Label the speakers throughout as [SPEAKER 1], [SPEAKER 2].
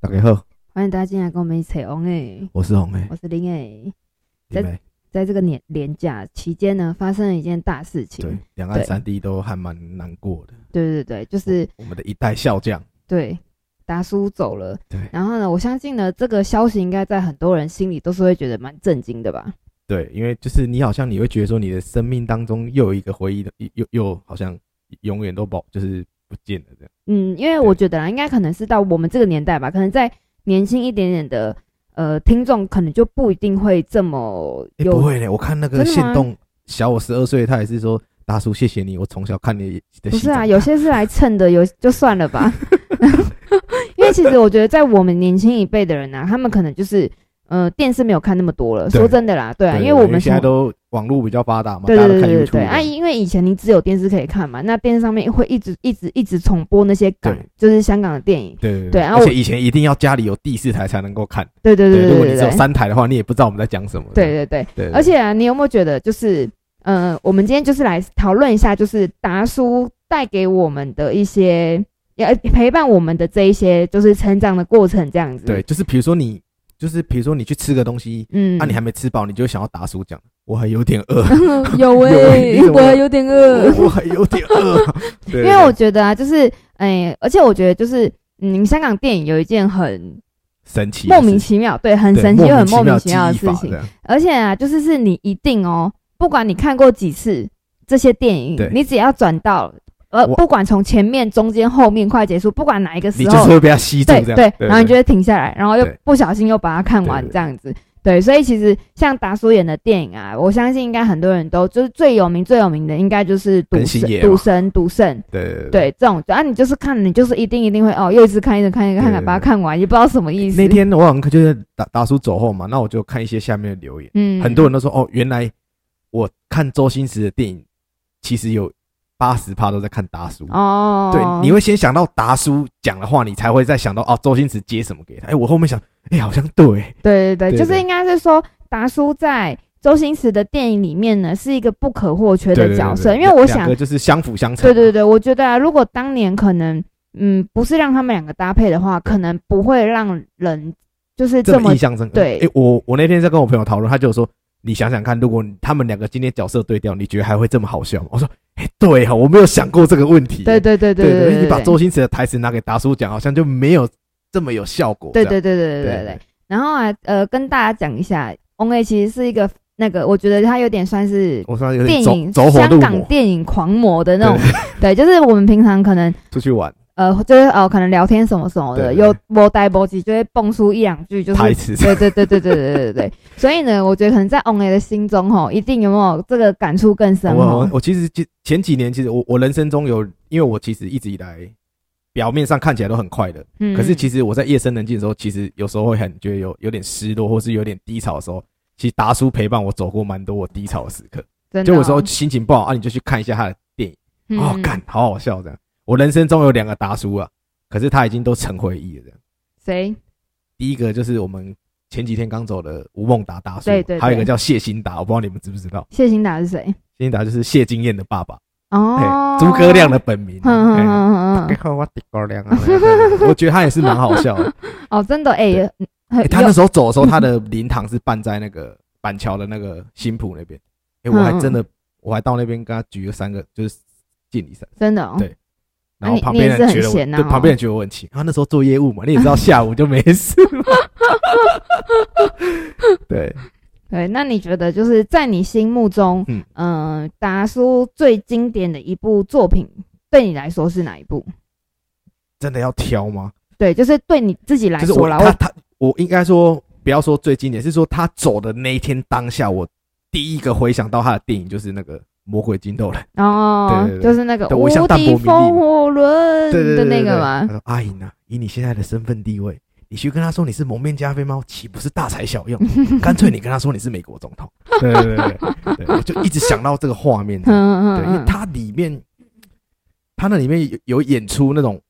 [SPEAKER 1] 大家好，
[SPEAKER 2] 欢迎大家进来跟我们一起玩诶，
[SPEAKER 1] 我是红诶，
[SPEAKER 2] 我是林诶。
[SPEAKER 1] 你们
[SPEAKER 2] 在这个年年假期间呢，发生了一件大事情。
[SPEAKER 1] 对两岸
[SPEAKER 2] 对
[SPEAKER 1] 三地都还蛮难过的。
[SPEAKER 2] 对对对，就是
[SPEAKER 1] 我们的一代笑将，
[SPEAKER 2] 对达叔走了。
[SPEAKER 1] 对
[SPEAKER 2] 然后呢，我相信呢，这个消息应该在很多人心里都是会觉得蛮震惊的吧？
[SPEAKER 1] 对，因为就是你好像你会觉得说你的生命当中又有一个回忆的，又又好像永远都保就是不见了这样。
[SPEAKER 2] 嗯，因为
[SPEAKER 1] 对
[SPEAKER 2] 我觉得啦，应该可能是到我们这个年代吧，可能在年轻一点点的呃听众，可能就不一定会这么
[SPEAKER 1] 诶
[SPEAKER 2] 有
[SPEAKER 1] 不会呢，我看那个
[SPEAKER 2] 真的吗
[SPEAKER 1] 线动小我十二岁，他也是说大叔谢谢你，我从小看你的
[SPEAKER 2] 不
[SPEAKER 1] 戏
[SPEAKER 2] 是
[SPEAKER 1] 长大。
[SPEAKER 2] 啊，有些是来蹭的，有就算 了吧。 因为其实我觉得，在我们年轻一辈的人啊，他们可能就是，呃，电视没有看那么多了。
[SPEAKER 1] 对
[SPEAKER 2] 说真的啦，对啊，
[SPEAKER 1] 对
[SPEAKER 2] 因为我们
[SPEAKER 1] 现在
[SPEAKER 2] 从
[SPEAKER 1] 都网络比较发达嘛，
[SPEAKER 2] 对
[SPEAKER 1] 大家
[SPEAKER 2] 对
[SPEAKER 1] 都看
[SPEAKER 2] 对对
[SPEAKER 1] YouTube
[SPEAKER 2] 对
[SPEAKER 1] 嘛
[SPEAKER 2] 啊，因为以前你只有电视可以看嘛，那电视上面会一直一直一直重播那些港
[SPEAKER 1] 对，
[SPEAKER 2] 就是香港的电影。
[SPEAKER 1] 对对
[SPEAKER 2] 对啊
[SPEAKER 1] 而且
[SPEAKER 2] 我
[SPEAKER 1] 以前一定要家里有第四台才能够看。
[SPEAKER 2] 对对对
[SPEAKER 1] 如果
[SPEAKER 2] 对
[SPEAKER 1] 你
[SPEAKER 2] 对
[SPEAKER 1] 只有
[SPEAKER 2] 对
[SPEAKER 1] 三台的话，你也不知道我们在讲什么。
[SPEAKER 2] 对对对。
[SPEAKER 1] 对，对
[SPEAKER 2] 而且啊，你有没有觉得，就是，呃，我们今天就是来讨论一下，就是达叔带给我们的一些，呃，陪伴我们的这一些，就是成长的过程，这样子。
[SPEAKER 1] 对，就是比如说你，就是比如说你去吃个东西，
[SPEAKER 2] 嗯，
[SPEAKER 1] 那、啊你还没吃饱，你就想要打鼠讲，我还有点 饿，
[SPEAKER 2] 嗯有喂、
[SPEAKER 1] 欸你怎么
[SPEAKER 2] 我还有点饿，
[SPEAKER 1] 我还有点饿。 对
[SPEAKER 2] 因为我觉得啊，就是哎、而且我觉得就是。嗯，香港电影有一件很
[SPEAKER 1] 神奇的
[SPEAKER 2] 莫名
[SPEAKER 1] 事情，
[SPEAKER 2] 其妙，对，很
[SPEAKER 1] 对
[SPEAKER 2] 神奇又很莫名
[SPEAKER 1] 名
[SPEAKER 2] 其妙的
[SPEAKER 1] 记忆
[SPEAKER 2] 事
[SPEAKER 1] 法
[SPEAKER 2] 情
[SPEAKER 1] 这。样
[SPEAKER 2] 而且啊，就是是你一定哦，不管你看过几次这些电
[SPEAKER 1] 对
[SPEAKER 2] 影，你只要转到呃，
[SPEAKER 1] 我
[SPEAKER 2] 不管从前面、中间、后面快结束，不管哪一个
[SPEAKER 1] 你
[SPEAKER 2] 时
[SPEAKER 1] 就是
[SPEAKER 2] 候，
[SPEAKER 1] 会被它吸住
[SPEAKER 2] 对
[SPEAKER 1] 这样。
[SPEAKER 2] 对，然后你就会停下来，然后又
[SPEAKER 1] 对
[SPEAKER 2] 不小心又把它看完
[SPEAKER 1] 对对对
[SPEAKER 2] 这样子。对，所以其实像达叔演的电影啊，我相信应该很多人都就是最有名、最有名的，应该就是《赌
[SPEAKER 1] 跟星
[SPEAKER 2] 神》
[SPEAKER 1] 爷
[SPEAKER 2] 《
[SPEAKER 1] 嘛
[SPEAKER 2] 赌神》《赌圣》
[SPEAKER 1] 对对对。
[SPEAKER 2] 对这种，啊，你就是看，你就是一定一定会哦，又一直看，一直看，一直看，
[SPEAKER 1] 对对对
[SPEAKER 2] 把它看完，也不知道什么意思。
[SPEAKER 1] 那天我好像就是打打叔走后嘛，那我就看一些下面的留言，
[SPEAKER 2] 嗯，
[SPEAKER 1] 很多人都说哦，原来我看周星驰的电影，其实有八十趴都在看达叔。
[SPEAKER 2] 哦，
[SPEAKER 1] 对，你会先想到达叔讲的话，你才会再想到哦，周星驰接什么给他。哎、我后面想，哎、好像对，
[SPEAKER 2] 对对
[SPEAKER 1] 对
[SPEAKER 2] 对，就是
[SPEAKER 1] 对
[SPEAKER 2] 应该是说达叔在周星驰的电影里面呢，是一个不可或缺
[SPEAKER 1] 对
[SPEAKER 2] 的角色，因为我想
[SPEAKER 1] 两个，就是相辅相成。
[SPEAKER 2] 对对对，我觉得啊，如果当年可能，嗯，不是让他们两个搭配的话，可能不会让人就是
[SPEAKER 1] 这
[SPEAKER 2] 这
[SPEAKER 1] 么
[SPEAKER 2] 么
[SPEAKER 1] 印象深刻。
[SPEAKER 2] 对
[SPEAKER 1] 哎、我我那天在跟我朋友讨论，他就说：“你想想看，如果他们两个今天角色对调，你觉得还会这么好笑吗？”我说：“哎、对哈、我没有想过这个问题。
[SPEAKER 2] 对对对
[SPEAKER 1] 对
[SPEAKER 2] 对对，
[SPEAKER 1] 你把
[SPEAKER 2] 对
[SPEAKER 1] 周星驰的台词拿给达叔讲，好像就没有这么有效果。
[SPEAKER 2] 对
[SPEAKER 1] 这样
[SPEAKER 2] 对对对对对对。然后啊，呃，跟大家讲一下，On A 其实是一个那个，我觉得他有点算是。
[SPEAKER 1] 我说有
[SPEAKER 2] 电
[SPEAKER 1] 点
[SPEAKER 2] 影
[SPEAKER 1] 走走火
[SPEAKER 2] 香
[SPEAKER 1] 入
[SPEAKER 2] 港
[SPEAKER 1] 魔，
[SPEAKER 2] 电影狂魔的那种，对，就是我们平常可能
[SPEAKER 1] 出去玩
[SPEAKER 2] 呃，就是呃，可能聊天什么什么的，
[SPEAKER 1] 对
[SPEAKER 2] 有波呆波机就会蹦出一两句，就是
[SPEAKER 1] 台词。
[SPEAKER 2] 对对对对对对对对对。所以呢，我觉得可能在 On A 的心中吼，一定有没有这个感触更深
[SPEAKER 1] 我我
[SPEAKER 2] 吼？
[SPEAKER 1] 我其实前前几年，其实我我人生中有，因为我其实一直以来表面上看起来都很快乐，
[SPEAKER 2] 嗯，
[SPEAKER 1] 可是其实我在夜深人静的时候，其实有时候会很觉得有有点失落，或是有点低潮的时候，其实达叔陪伴我走过蛮多我低潮的时刻。
[SPEAKER 2] 真的
[SPEAKER 1] 就
[SPEAKER 2] 哦嗯
[SPEAKER 1] 有时候心情不好啊，你就去看一下他的电影，哦，干，，好好笑这样。我人生中有两个达叔啊，可是他已经都成回忆了这样。
[SPEAKER 2] 谁？
[SPEAKER 1] 第一个就是我们前几天刚走的吴孟达大叔，
[SPEAKER 2] 对对对
[SPEAKER 1] 还有一个叫谢兴达，我不知道你们知不知道，
[SPEAKER 2] 谢欣达是谁？
[SPEAKER 1] 谢兴达就是谢金燕的爸爸，嘿
[SPEAKER 2] 哦，嗯
[SPEAKER 1] 诸葛亮的哎本名。
[SPEAKER 2] 哼。哼
[SPEAKER 1] 嘿
[SPEAKER 2] 哼哼哼
[SPEAKER 1] 大家好我诸葛亮啊，对对对我觉得他也是蛮好笑的。
[SPEAKER 2] 哼哦，真的哎，
[SPEAKER 1] 对
[SPEAKER 2] 也很
[SPEAKER 1] 欸他那时候走的时候，他的灵堂是办在那个 板桥的那个新浦那边。哎、
[SPEAKER 2] 嗯
[SPEAKER 1] 我还真的，我还到那边跟他举了三个，就是敬礼三。
[SPEAKER 2] 真的哦，
[SPEAKER 1] 对然
[SPEAKER 2] 啊
[SPEAKER 1] 后
[SPEAKER 2] 你
[SPEAKER 1] 旁边
[SPEAKER 2] 你也
[SPEAKER 1] 人
[SPEAKER 2] 是
[SPEAKER 1] 觉得我，
[SPEAKER 2] 很闲啊
[SPEAKER 1] 对
[SPEAKER 2] 哦
[SPEAKER 1] 旁边人觉得我很勤。他那时候做业务嘛，你也知道下午就没事 嘛。对，
[SPEAKER 2] 对。那你觉得就是在你心目中，
[SPEAKER 1] 嗯
[SPEAKER 2] 嗯，达叔最经典的一部作品，对你来说是哪一部？
[SPEAKER 1] 真的要挑吗？
[SPEAKER 2] 对，就是对你自己来
[SPEAKER 1] 就是
[SPEAKER 2] 说
[SPEAKER 1] 我
[SPEAKER 2] 啦，
[SPEAKER 1] 他他，我应该说不要说最经典，是说他走的那一天当下，我第一个回想到他的电影就是那个《魔鬼金斗人》。
[SPEAKER 2] 哦，
[SPEAKER 1] 对对对
[SPEAKER 2] 就是那个
[SPEAKER 1] 对我
[SPEAKER 2] 无
[SPEAKER 1] 想淡泊
[SPEAKER 2] 敌
[SPEAKER 1] 名利
[SPEAKER 2] 风火轮
[SPEAKER 1] 对对
[SPEAKER 2] 的
[SPEAKER 1] 对
[SPEAKER 2] 那
[SPEAKER 1] 对
[SPEAKER 2] 个
[SPEAKER 1] 对
[SPEAKER 2] 嘛
[SPEAKER 1] 他。说：“阿颖啊，以你现在的身份地位，你去跟他说你是蒙面加菲猫，岂不是大材小 用？干脆你跟他说你是美国总统。”对对对对对，我就一直想到这个画面。对，
[SPEAKER 2] 嗯
[SPEAKER 1] 因为
[SPEAKER 2] 嗯嗯，
[SPEAKER 1] 它里面，它那里面有有演出那种，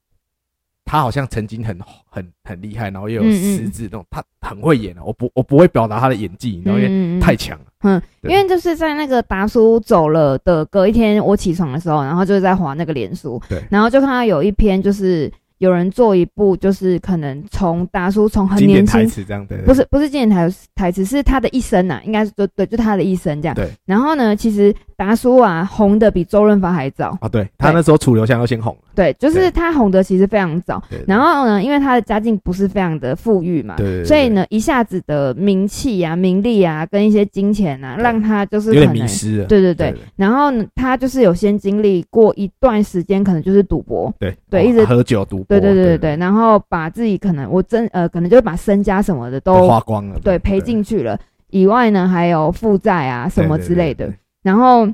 [SPEAKER 1] 他好像曾经很很很厉害，然后又有
[SPEAKER 2] 嗯嗯
[SPEAKER 1] 失智那种，他很会演啊。我不我不会表达他的演技，你知道吗，因为
[SPEAKER 2] 嗯嗯嗯
[SPEAKER 1] 太强了。
[SPEAKER 2] 因为就是在那个达叔走了的隔一天，我起床的时候，然后就是在划那个脸书，
[SPEAKER 1] 对
[SPEAKER 2] 然后就看到有一篇就是有人做一部，就是可能从达叔从很
[SPEAKER 1] 经典
[SPEAKER 2] 年
[SPEAKER 1] 台
[SPEAKER 2] 轻，
[SPEAKER 1] 词这样对，对
[SPEAKER 2] 不是不是经典台词台词，是他的一生呐、应该是对对，就他的一生这样。
[SPEAKER 1] 对。
[SPEAKER 2] 然后呢，其实达叔啊红的比周润发还早，
[SPEAKER 1] 啊，对他那时候楚留香要先红，
[SPEAKER 2] 对，就是
[SPEAKER 1] 对
[SPEAKER 2] 他红的其实非常早。
[SPEAKER 1] 对，
[SPEAKER 2] 然后呢，因为他的家境不是非常的富裕嘛，
[SPEAKER 1] 对对对
[SPEAKER 2] 所以呢，一下子的名气啊、名利啊，跟一些金钱啊，
[SPEAKER 1] 对
[SPEAKER 2] 让他就
[SPEAKER 1] 有
[SPEAKER 2] 是可
[SPEAKER 1] 点
[SPEAKER 2] 能
[SPEAKER 1] 迷失了，
[SPEAKER 2] 对对对
[SPEAKER 1] 对对，
[SPEAKER 2] 然后呢他就是有先经历过一段时间，可能就是赌博，
[SPEAKER 1] 对
[SPEAKER 2] 对
[SPEAKER 1] 哦
[SPEAKER 2] 一直
[SPEAKER 1] 喝酒赌博，
[SPEAKER 2] 对对对对对，然后把自己可能我真呃，可能就是把身家什么的
[SPEAKER 1] 都
[SPEAKER 2] 都
[SPEAKER 1] 花光了，
[SPEAKER 2] 对赔进去了，以外呢还有负债啊什
[SPEAKER 1] 对
[SPEAKER 2] 么
[SPEAKER 1] 对
[SPEAKER 2] 之
[SPEAKER 1] 对
[SPEAKER 2] 类的
[SPEAKER 1] 对。
[SPEAKER 2] 然后，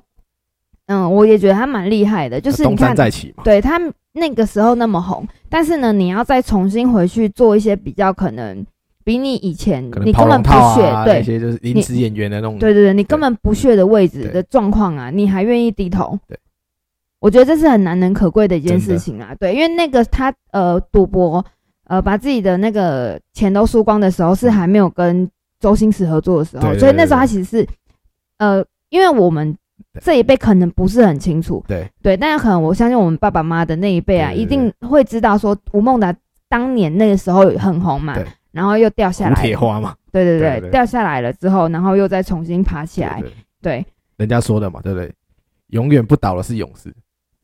[SPEAKER 2] 嗯，我也觉得他蛮厉害的，就是你
[SPEAKER 1] 东山
[SPEAKER 2] 看，
[SPEAKER 1] 再起嘛，
[SPEAKER 2] 对他那个时候那么红，但是呢，你要再重新回去做一些比较可能比你以前
[SPEAKER 1] 可能
[SPEAKER 2] 你
[SPEAKER 1] 跑
[SPEAKER 2] 根本
[SPEAKER 1] 龙
[SPEAKER 2] 不
[SPEAKER 1] 套
[SPEAKER 2] 屑，
[SPEAKER 1] 啊，那
[SPEAKER 2] 对
[SPEAKER 1] 些就是临时演员的那种，
[SPEAKER 2] 对对对，你根本不屑的位置
[SPEAKER 1] 对
[SPEAKER 2] 的状况啊，你还愿意低头？
[SPEAKER 1] 对，
[SPEAKER 2] 我觉得这是很难能可贵的一件事情啊。对，因为那个他呃赌博呃把自己的那个钱都输光的时候，是还没有跟周星驰合作的时候，
[SPEAKER 1] 嗯对对对
[SPEAKER 2] 所以那时候他其实是呃，因为我们
[SPEAKER 1] 对
[SPEAKER 2] 这一辈可能不是很清楚，
[SPEAKER 1] 对
[SPEAKER 2] 对，但是可能我相信我们爸爸妈妈的那一辈啊，
[SPEAKER 1] 对对对
[SPEAKER 2] 一定会知道说吴孟达当年那个时候很红嘛
[SPEAKER 1] 对，
[SPEAKER 2] 然后又掉下
[SPEAKER 1] 胡
[SPEAKER 2] 来
[SPEAKER 1] 铁
[SPEAKER 2] 了，
[SPEAKER 1] 花嘛，
[SPEAKER 2] 对对对，
[SPEAKER 1] 对对对
[SPEAKER 2] 掉下来了之后，然后又再重新爬起来。
[SPEAKER 1] 对，对
[SPEAKER 2] 对
[SPEAKER 1] 人家说的嘛，对不对？永远不倒的是勇士，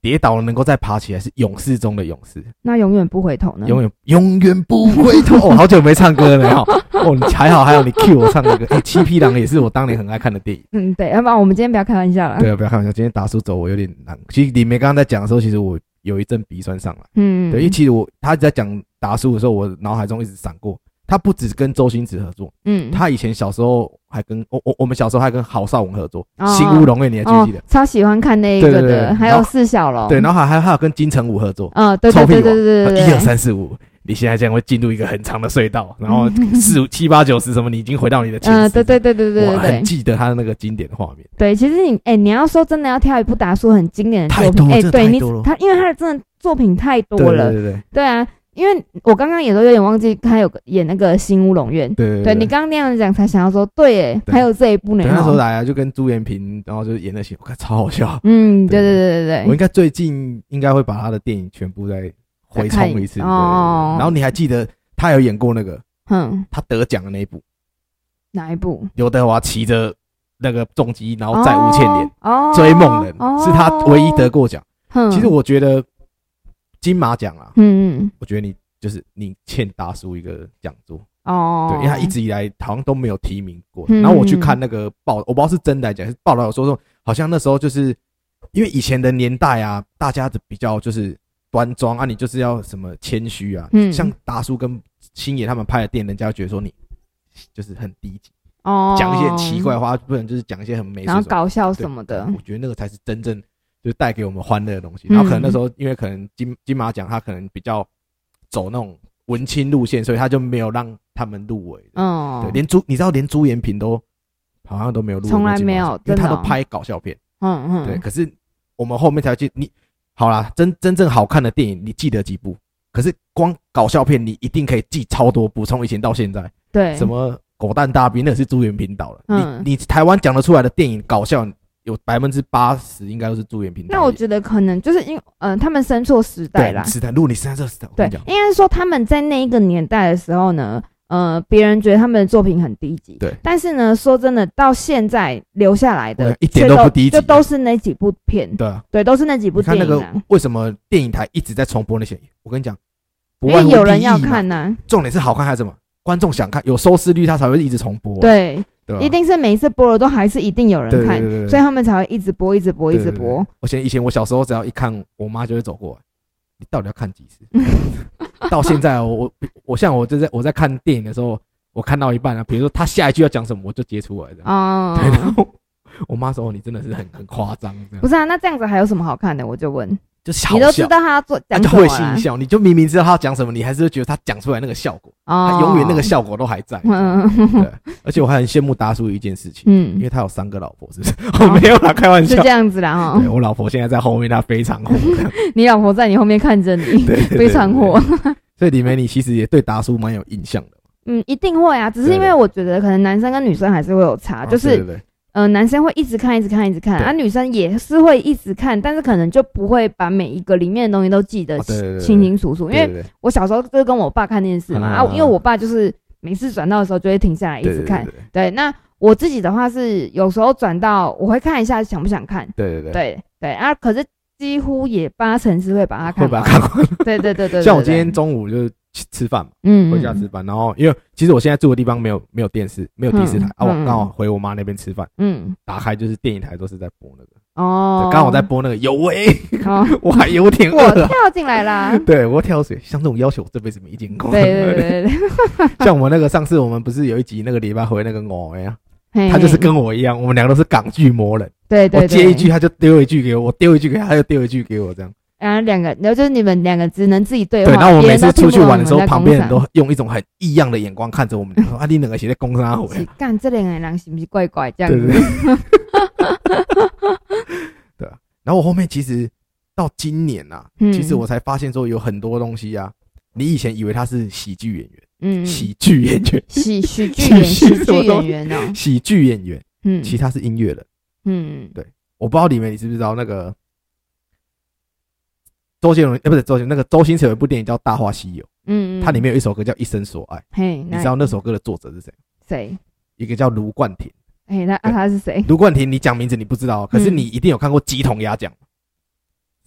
[SPEAKER 1] 跌倒了能够再爬起来是勇士中的勇士，
[SPEAKER 2] 那永远不回头呢？
[SPEAKER 1] 永远永远不回头。 哦，好久没唱歌了哈，哦，你还好还好，你 cue 我唱的歌，哎，《七匹狼》也是我当年很爱看的电影。
[SPEAKER 2] 嗯，对，要不然我们今天不要开玩笑了。
[SPEAKER 1] 对啊，不要开玩笑，今天达叔走我有点难。其实李梅刚刚在讲的时候，其实我有一阵鼻酸上来。
[SPEAKER 2] 嗯，
[SPEAKER 1] 对，因为其实我他在讲达叔的时候，我脑海中一直闪过，他不止跟周星驰合作，
[SPEAKER 2] 嗯，
[SPEAKER 1] 他以前小时候还跟我我我们小时候还跟郝邵文合作，
[SPEAKER 2] 哦
[SPEAKER 1] 新乌龙院》你还记不
[SPEAKER 2] 哦
[SPEAKER 1] 记得？，
[SPEAKER 2] 超喜欢看那一个
[SPEAKER 1] 对对
[SPEAKER 2] 的，
[SPEAKER 1] 对
[SPEAKER 2] 还
[SPEAKER 1] 然
[SPEAKER 2] 有
[SPEAKER 1] 后
[SPEAKER 2] 四小龙，
[SPEAKER 1] 对，然后还还有还有跟金城武合作，
[SPEAKER 2] 嗯，对
[SPEAKER 1] 臭
[SPEAKER 2] 对
[SPEAKER 1] 屁王
[SPEAKER 2] 对对对对对，
[SPEAKER 1] 一二三四五，你现在这样会进入一个很长的隧道，然 后四五七八九十什么，你已经回到你的前世。
[SPEAKER 2] 嗯，对对对对对
[SPEAKER 1] 我
[SPEAKER 2] 对
[SPEAKER 1] 很
[SPEAKER 2] 对
[SPEAKER 1] 记得他的那个经典的画面。
[SPEAKER 2] 对，其实你哎，你要说真的要挑一部达叔很经典的
[SPEAKER 1] 太
[SPEAKER 2] 作品，
[SPEAKER 1] 多
[SPEAKER 2] 哎，
[SPEAKER 1] 真的
[SPEAKER 2] 对
[SPEAKER 1] 太
[SPEAKER 2] 你
[SPEAKER 1] 多了
[SPEAKER 2] 他，因为他的真的作品太
[SPEAKER 1] 对
[SPEAKER 2] 多
[SPEAKER 1] 对
[SPEAKER 2] 了，
[SPEAKER 1] 对对
[SPEAKER 2] 对啊，因为我刚刚也都有点忘记他有个演那个《新乌龙院》，
[SPEAKER 1] 对
[SPEAKER 2] 对你刚刚那样讲才想要说，对，哎，
[SPEAKER 1] 对
[SPEAKER 2] 还有这一部呢
[SPEAKER 1] 对，那时候
[SPEAKER 2] 哦，
[SPEAKER 1] 来啊，就跟朱元平，然后就演那些，我看超好笑。
[SPEAKER 2] 嗯，对对
[SPEAKER 1] 对
[SPEAKER 2] 对对
[SPEAKER 1] 我
[SPEAKER 2] 对
[SPEAKER 1] 应该最近应该会把他的电影全部再回冲一次。
[SPEAKER 2] 再看一
[SPEAKER 1] 对
[SPEAKER 2] 哦
[SPEAKER 1] 然后你还记得他有演过那个
[SPEAKER 2] 嗯，
[SPEAKER 1] 他得奖的那一部，
[SPEAKER 2] 哪一部？
[SPEAKER 1] 刘德华骑着那个重机，然后载吴倩莲
[SPEAKER 2] 哦
[SPEAKER 1] 追梦人，
[SPEAKER 2] 哦
[SPEAKER 1] 是他唯一得过奖。
[SPEAKER 2] 哼
[SPEAKER 1] 其实我觉得金马奖啊，
[SPEAKER 2] 嗯嗯
[SPEAKER 1] 我觉得你就是你欠达叔一个讲座，
[SPEAKER 2] 哦，
[SPEAKER 1] 对，因为他一直以来好像都没有提名过。
[SPEAKER 2] 嗯
[SPEAKER 1] 然后我去看那个报，我不知道是真的还是假的，是报道有说说，好像那时候就是因为以前的年代啊，大家的比较就是端庄啊，你就是要什么谦虚啊，
[SPEAKER 2] 嗯
[SPEAKER 1] 像达叔跟星爷他们拍的电影，人家会觉得说你就是很低级，
[SPEAKER 2] 哦
[SPEAKER 1] 讲一些很奇怪的，话，不然就是讲一些很没水
[SPEAKER 2] 然后
[SPEAKER 1] 准的
[SPEAKER 2] 搞笑
[SPEAKER 1] 对
[SPEAKER 2] 什么的，
[SPEAKER 1] 我觉得那个才是真正就是带给我们欢乐的东西。然后可能那时
[SPEAKER 2] 嗯
[SPEAKER 1] 候因为可能金金马奖他可能比较走那种文青路线，所以他就没有让他们入围。对，
[SPEAKER 2] 嗯，
[SPEAKER 1] 连朱你知道连朱延平都好像都没有入围过
[SPEAKER 2] 从来
[SPEAKER 1] 金马
[SPEAKER 2] 没有
[SPEAKER 1] 奖因为他
[SPEAKER 2] 真的
[SPEAKER 1] 都
[SPEAKER 2] 哦
[SPEAKER 1] 拍搞笑片。
[SPEAKER 2] 嗯
[SPEAKER 1] 对，
[SPEAKER 2] 嗯，
[SPEAKER 1] 可是我们后面才去你好啦，真真正好看的电影你记得几部？可是光搞笑片你一定可以记超多部，从以前到现在，
[SPEAKER 2] 对，
[SPEAKER 1] 什么狗蛋大兵那是朱元平导了。
[SPEAKER 2] 嗯
[SPEAKER 1] 你你台湾讲得出来的电影搞笑，有百分之八十应该都是朱元平导演。
[SPEAKER 2] 那我觉得可能就是因嗯、他们生错时代啦
[SPEAKER 1] 对，时代，如果你现在这个时代，我
[SPEAKER 2] 对
[SPEAKER 1] 跟你，讲，
[SPEAKER 2] 应该是说他们在那一个年代的时候呢，呃，别人觉得他们的作品很低级，
[SPEAKER 1] 对
[SPEAKER 2] 但是呢，说真的，到现在留下来
[SPEAKER 1] 我
[SPEAKER 2] 的
[SPEAKER 1] 想一点
[SPEAKER 2] 却
[SPEAKER 1] 都不低级
[SPEAKER 2] 就都是那几部片，
[SPEAKER 1] 对啊，
[SPEAKER 2] 对，都是那几部
[SPEAKER 1] 你看
[SPEAKER 2] 电
[SPEAKER 1] 那
[SPEAKER 2] 影
[SPEAKER 1] 个
[SPEAKER 2] 啊，
[SPEAKER 1] 为什么电影台一直在重播那些？我跟你讲，不
[SPEAKER 2] 因
[SPEAKER 1] 外
[SPEAKER 2] 为
[SPEAKER 1] 乎
[SPEAKER 2] 有人要
[SPEAKER 1] 利益嘛
[SPEAKER 2] 看，呐、
[SPEAKER 1] 重点是好看还是什么？观众想看，有收视率，他才会一直重播。啊
[SPEAKER 2] 对，
[SPEAKER 1] 对吧，
[SPEAKER 2] 一定是每一次播了都还是一定有人
[SPEAKER 1] 对对
[SPEAKER 2] 看，
[SPEAKER 1] 对对对
[SPEAKER 2] 所以他们才会一直播，一直播，一
[SPEAKER 1] 对
[SPEAKER 2] 直
[SPEAKER 1] 对
[SPEAKER 2] 播。
[SPEAKER 1] 对我前以前我小时候只要一看，我妈就会走过来，你到底要看几 次？到现在哦我我我像我就在我在看电影的时候，我看到一半啊，比如说他下一句要讲什么，我就接出来的。
[SPEAKER 2] 哦
[SPEAKER 1] 对，然后我妈说哦：“你真的是很很夸张，这样
[SPEAKER 2] 不是啊，那这样子还有什么好看的？我就问，
[SPEAKER 1] 就是
[SPEAKER 2] 你
[SPEAKER 1] 好
[SPEAKER 2] 都知
[SPEAKER 1] 笑。”
[SPEAKER 2] 道他要做
[SPEAKER 1] 他
[SPEAKER 2] 讲
[SPEAKER 1] 就
[SPEAKER 2] 什么啊
[SPEAKER 1] 会心
[SPEAKER 2] 啦
[SPEAKER 1] 一笑，你就明明知道他要讲什么，你还是会觉得他讲出来那个效果，
[SPEAKER 2] 哦，
[SPEAKER 1] 他永远那个效果都还在。
[SPEAKER 2] 嗯
[SPEAKER 1] 对，而且我还很羡慕达叔一件事情，因
[SPEAKER 2] 嗯，哦
[SPEAKER 1] 为他有三个老婆，是不是？我 没有啦，开玩
[SPEAKER 2] 是
[SPEAKER 1] 笑
[SPEAKER 2] 这。样子啦哈
[SPEAKER 1] 对。我老婆现在在后面，她非常火，这样
[SPEAKER 2] 你老婆在你后面看着 你，
[SPEAKER 1] 对，对对
[SPEAKER 2] 非常火。
[SPEAKER 1] 对对所以李梅，你其实也对达叔蛮有印象的。
[SPEAKER 2] 嗯，一定会啊，只是因为
[SPEAKER 1] 对
[SPEAKER 2] 啊哦我觉得可能男生跟女生还是会有差，就
[SPEAKER 1] 对
[SPEAKER 2] 是
[SPEAKER 1] 哦对对
[SPEAKER 2] 呃，男生会一直看，一直看，一直看，
[SPEAKER 1] 对
[SPEAKER 2] 啊，女生也是会一直看，但是可能就不会把每一个里面的东西都记得
[SPEAKER 1] 哦对对对对
[SPEAKER 2] 清清楚楚，因为
[SPEAKER 1] 对对对
[SPEAKER 2] 我小时候就是跟我爸看电视嘛，
[SPEAKER 1] 嗯
[SPEAKER 2] 啊
[SPEAKER 1] 嗯，嗯
[SPEAKER 2] 因为我爸就是每次转到的时候就会停下来一
[SPEAKER 1] 对
[SPEAKER 2] 直
[SPEAKER 1] 对
[SPEAKER 2] 看，
[SPEAKER 1] 对对
[SPEAKER 2] 对，那我自己的话是有时候转到我会看一下想不想看，
[SPEAKER 1] 对对对，
[SPEAKER 2] 对对啊，可是几乎也八成是会把它
[SPEAKER 1] 会
[SPEAKER 2] 看
[SPEAKER 1] 把
[SPEAKER 2] 完，
[SPEAKER 1] 它看完。
[SPEAKER 2] 对对对对对，
[SPEAKER 1] 像我今
[SPEAKER 2] 对
[SPEAKER 1] 天中午就是去吃饭嘛，
[SPEAKER 2] 嗯
[SPEAKER 1] 回家吃饭，然后因为其实我现在住的地方没有没有电视，没有第四台
[SPEAKER 2] 嗯
[SPEAKER 1] 啊，我
[SPEAKER 2] 嗯
[SPEAKER 1] 刚好回我妈那边吃饭，
[SPEAKER 2] 嗯
[SPEAKER 1] 打开就是电影台都是在播那个，
[SPEAKER 2] 哦，
[SPEAKER 1] 对刚好在播那个有为，
[SPEAKER 2] 哦，
[SPEAKER 1] 我还有点
[SPEAKER 2] 我
[SPEAKER 1] 饿啊。
[SPEAKER 2] 跳进 来啦，
[SPEAKER 1] 对我跳水，像这种要求我这辈子没见过。
[SPEAKER 2] 对对对对对
[SPEAKER 1] 像我那个上次我们不是有一集那个礼拜回那个我呀，
[SPEAKER 2] 嘿，
[SPEAKER 1] 他就是跟我一样，我们两个都是港剧魔人，
[SPEAKER 2] 对对
[SPEAKER 1] 我
[SPEAKER 2] 对
[SPEAKER 1] 接一句他就丢一句给我，我丢一句给他，他就丢一句给我这样。
[SPEAKER 2] 然后两个，然后就是你们两个只能自己对话。
[SPEAKER 1] 对，然后我每
[SPEAKER 2] 别人
[SPEAKER 1] 次
[SPEAKER 2] 都听
[SPEAKER 1] 出
[SPEAKER 2] 不
[SPEAKER 1] 去
[SPEAKER 2] 懂
[SPEAKER 1] 玩的时候
[SPEAKER 2] 你，们在
[SPEAKER 1] 旁边人
[SPEAKER 2] 公啊
[SPEAKER 1] 都用一种很异样的眼光看着我们， 说啊，你两个写在攻山回
[SPEAKER 2] 司，干这两个人是不是怪怪这 样
[SPEAKER 1] 对对
[SPEAKER 2] 子？
[SPEAKER 1] 对。 对啊，然后我后面其实到今年呐、啊，
[SPEAKER 2] 嗯
[SPEAKER 1] 其实我才发现说有很多东西啊，你以前以为他是喜剧演员，
[SPEAKER 2] 嗯，
[SPEAKER 1] 喜剧演 员，
[SPEAKER 2] 喜喜剧演
[SPEAKER 1] 喜
[SPEAKER 2] 喜
[SPEAKER 1] 剧
[SPEAKER 2] 剧
[SPEAKER 1] 什么东
[SPEAKER 2] 演
[SPEAKER 1] 西
[SPEAKER 2] 员哦，
[SPEAKER 1] 喜剧演员，
[SPEAKER 2] 嗯
[SPEAKER 1] 其实他是音乐人。
[SPEAKER 2] 嗯
[SPEAKER 1] 我不知道里面你知不知道那个周杰伦，呃，不是周杰伦，那个周星驰有一部电影叫《大话西游》，
[SPEAKER 2] 嗯，嗯
[SPEAKER 1] 它里面有一首歌叫《一生所爱》，
[SPEAKER 2] 嘿，
[SPEAKER 1] 你知道那首歌的作者是
[SPEAKER 2] 嗯
[SPEAKER 1] 谁？
[SPEAKER 2] 谁？
[SPEAKER 1] 一个叫卢冠廷。
[SPEAKER 2] 嘿，他啊
[SPEAKER 1] 对
[SPEAKER 2] 他是谁？
[SPEAKER 1] 卢冠廷，你讲名字你不知道，哦可是
[SPEAKER 2] 嗯
[SPEAKER 1] 你一定有看过鸡同鸭讲，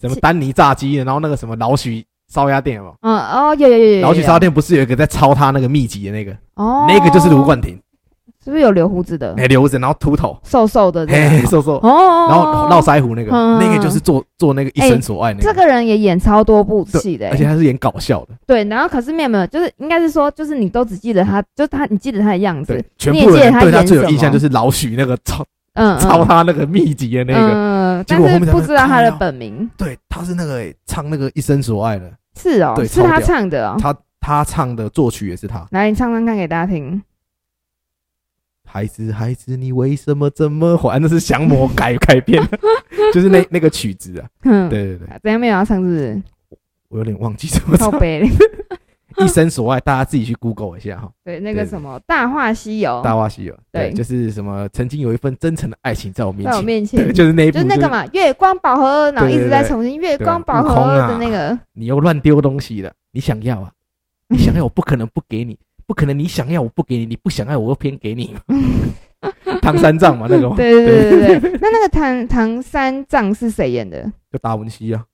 [SPEAKER 1] 什么
[SPEAKER 2] 是
[SPEAKER 1] 丹尼炸鸡，然后那个什么老许烧鸭店有没有？
[SPEAKER 2] 嗯哦，有有有有有，
[SPEAKER 1] 老许
[SPEAKER 2] 有
[SPEAKER 1] 烧鸭店不是有一个在抄他那个秘籍的那个，
[SPEAKER 2] 哦，
[SPEAKER 1] 那个就是卢，冠廷，
[SPEAKER 2] 是不是有留胡子的，
[SPEAKER 1] 哎，留着然后秃头，
[SPEAKER 2] 瘦瘦的这
[SPEAKER 1] 嘿
[SPEAKER 2] 个？
[SPEAKER 1] 嘿，瘦瘦，
[SPEAKER 2] 哦，
[SPEAKER 1] 然后络腮胡那个，
[SPEAKER 2] 嗯嗯嗯
[SPEAKER 1] 那个就是做做那个一生所爱那
[SPEAKER 2] 哎这
[SPEAKER 1] 个，
[SPEAKER 2] 个哎人也演超多部戏的欸
[SPEAKER 1] 而，且他是演搞笑的，
[SPEAKER 2] 对，然后可是没有没有，就是应该是说，就是你都只记得他，就是他，你记得他的样子
[SPEAKER 1] 对，，全
[SPEAKER 2] 你也
[SPEAKER 1] 部
[SPEAKER 2] 记得
[SPEAKER 1] 人
[SPEAKER 2] 他
[SPEAKER 1] 对他
[SPEAKER 2] 演
[SPEAKER 1] 最有
[SPEAKER 2] 什
[SPEAKER 1] 印象就
[SPEAKER 2] 么
[SPEAKER 1] 是老许那个抄
[SPEAKER 2] 嗯，嗯
[SPEAKER 1] 抄他那个秘籍的那个，
[SPEAKER 2] 嗯，
[SPEAKER 1] 结
[SPEAKER 2] 但
[SPEAKER 1] 果后
[SPEAKER 2] 是
[SPEAKER 1] 面才
[SPEAKER 2] 不
[SPEAKER 1] 发
[SPEAKER 2] 知
[SPEAKER 1] 现
[SPEAKER 2] 道他的
[SPEAKER 1] 靠
[SPEAKER 2] 本名
[SPEAKER 1] 对，他是那个欸唱那个一生所爱的，
[SPEAKER 2] 是哦，
[SPEAKER 1] 对
[SPEAKER 2] 是
[SPEAKER 1] 超
[SPEAKER 2] 他
[SPEAKER 1] 屌
[SPEAKER 2] 唱的哦。
[SPEAKER 1] 他他唱的作曲也是他。
[SPEAKER 2] 来，你唱唱看给大家听。
[SPEAKER 1] 孩子，孩子，你为什么这么坏？那是降魔改改编 的，就是那那个曲子啊。
[SPEAKER 2] 哼，
[SPEAKER 1] 对对对，
[SPEAKER 2] 啊，怎样没有要唱 是
[SPEAKER 1] 我有点忘记怎
[SPEAKER 2] 不
[SPEAKER 1] 么
[SPEAKER 2] 是？靠
[SPEAKER 1] 唱。
[SPEAKER 2] 背。
[SPEAKER 1] 一生所爱，大家自己去 Google 一下哈，
[SPEAKER 2] 对，那
[SPEAKER 1] 对
[SPEAKER 2] 个
[SPEAKER 1] 对
[SPEAKER 2] 什么《大话西游
[SPEAKER 1] 《大》话西游》对，
[SPEAKER 2] 对
[SPEAKER 1] 就是什么曾经有一份真诚的爱情在我面
[SPEAKER 2] 在我
[SPEAKER 1] 前，
[SPEAKER 2] 面
[SPEAKER 1] 对，
[SPEAKER 2] 前，
[SPEAKER 1] 就是那一部
[SPEAKER 2] 就是那个，嘛，月光宝盒，然后一直在重新月
[SPEAKER 1] 对
[SPEAKER 2] 光宝
[SPEAKER 1] 悟空
[SPEAKER 2] 盒
[SPEAKER 1] 啊
[SPEAKER 2] 的 那个。
[SPEAKER 1] 你又乱丢东西了，你想要啊？
[SPEAKER 2] 嗯
[SPEAKER 1] 你想要，我不可能不给你，不可能你想要我不给你，你不想要我又偏给你 嘛。唐三藏嘛，那个嘛，
[SPEAKER 2] 对对对对对对。那那个唐唐三藏是谁演的？
[SPEAKER 1] 就达文西啊，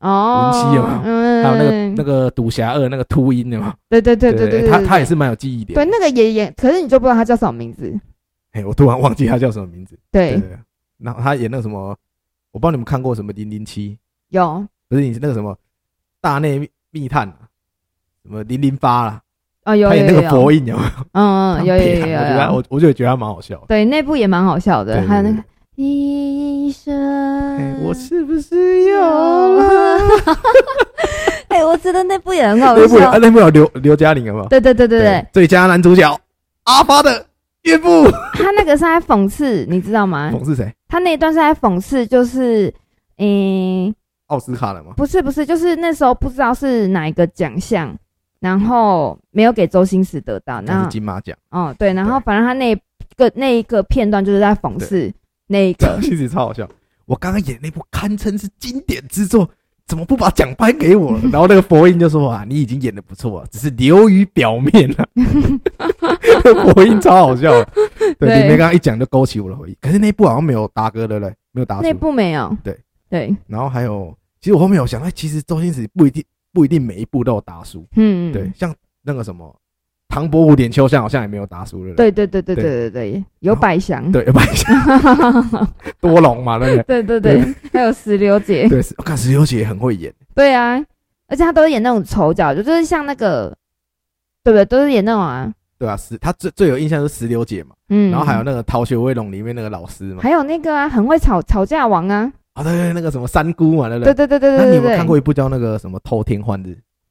[SPEAKER 2] 哦，
[SPEAKER 1] 文熙有没有
[SPEAKER 2] 嗯，
[SPEAKER 1] 还有那个那个赌侠二那个秃鹰的嘛，
[SPEAKER 2] 对对对对对，
[SPEAKER 1] 他他也是蛮有记忆点的
[SPEAKER 2] 对。那个也演，可是你就不知道他叫什么名字。
[SPEAKER 1] 哎、我突然忘记他叫什么名字。对对
[SPEAKER 2] 对，
[SPEAKER 1] 对，然后他演那个什么，我不知道你们看过什么《零零七》，
[SPEAKER 2] 有
[SPEAKER 1] 不是你那个什么大内密探、啊，什么零零八啦，
[SPEAKER 2] 哦有
[SPEAKER 1] 他
[SPEAKER 2] 有
[SPEAKER 1] 演那
[SPEAKER 2] 有
[SPEAKER 1] 个
[SPEAKER 2] 有，
[SPEAKER 1] 佛印有没有？
[SPEAKER 2] 嗯嗯有有有有
[SPEAKER 1] 我觉
[SPEAKER 2] 有
[SPEAKER 1] 得他。我我就觉得他蛮好笑的。
[SPEAKER 2] 对，那部也蛮好笑
[SPEAKER 1] 对
[SPEAKER 2] 的，
[SPEAKER 1] 对
[SPEAKER 2] 还有那
[SPEAKER 1] 对
[SPEAKER 2] 个医
[SPEAKER 1] 哎
[SPEAKER 2] 生，
[SPEAKER 1] 我是不
[SPEAKER 2] 嗯
[SPEAKER 1] 是有了？
[SPEAKER 2] 哎，我觉得那部也很好
[SPEAKER 1] 那部有啊
[SPEAKER 2] 笑。
[SPEAKER 1] 那部有刘刘嘉玲有没有？
[SPEAKER 2] 对对对对对，
[SPEAKER 1] 最佳男主角阿发的岳父，
[SPEAKER 2] 他那个是在讽刺，你知道吗？
[SPEAKER 1] 讽刺谁？
[SPEAKER 2] 他那一段是在讽刺，就是，嗯，
[SPEAKER 1] 奥斯卡了吗？
[SPEAKER 2] 不是不是，就是那时候不知道是哪一个奖项，然后没有给周星驰得到，
[SPEAKER 1] 那
[SPEAKER 2] 那
[SPEAKER 1] 是金马奖，
[SPEAKER 2] 哦对，然后
[SPEAKER 1] 对
[SPEAKER 2] 反正他那一个那一个片段就是在讽刺那一个
[SPEAKER 1] 这，其实超好笑。我刚刚演那部堪称是经典之作，怎么不把奖颁给 我？然后那个佛印就说啊，你已经演的不错了，只是流于表面 了、那个佛印超好笑的，对，
[SPEAKER 2] 对
[SPEAKER 1] 你梅刚刚一讲就勾起我的回忆。可是那一部好像没有达哥对不对？没有达
[SPEAKER 2] 那
[SPEAKER 1] 叔。
[SPEAKER 2] 部没有，
[SPEAKER 1] 对
[SPEAKER 2] 对，
[SPEAKER 1] 然后还有，其实我后面有想到，哎其实周星驰不一定不一定每一部都有达叔，
[SPEAKER 2] 嗯，
[SPEAKER 1] 对，像那个什么唐伯虎点秋香好像也没有达叔对不对？
[SPEAKER 2] 对对对对对对对，有百祥，
[SPEAKER 1] 对，不然多龙嘛，对不对？
[SPEAKER 2] 对对对，还有石榴姐，
[SPEAKER 1] 对，是我看石榴姐也很会演。
[SPEAKER 2] 对啊，而且她都是演那种丑角，就是像那个，对不对？都是演那种啊，
[SPEAKER 1] 对啊，石他最最有印象是石榴姐嘛，
[SPEAKER 2] 嗯，
[SPEAKER 1] 然后还有那个《逃学威龙》里面那个老师嘛，
[SPEAKER 2] 还有那个啊，很会吵吵架王啊，
[SPEAKER 1] 啊对对对，那个什么三姑嘛，对不
[SPEAKER 2] 对
[SPEAKER 1] 对？
[SPEAKER 2] 对对对
[SPEAKER 1] 那
[SPEAKER 2] 对
[SPEAKER 1] 你
[SPEAKER 2] 对
[SPEAKER 1] 有没有
[SPEAKER 2] 对，
[SPEAKER 1] 看过一部叫那个什么《偷天换日》？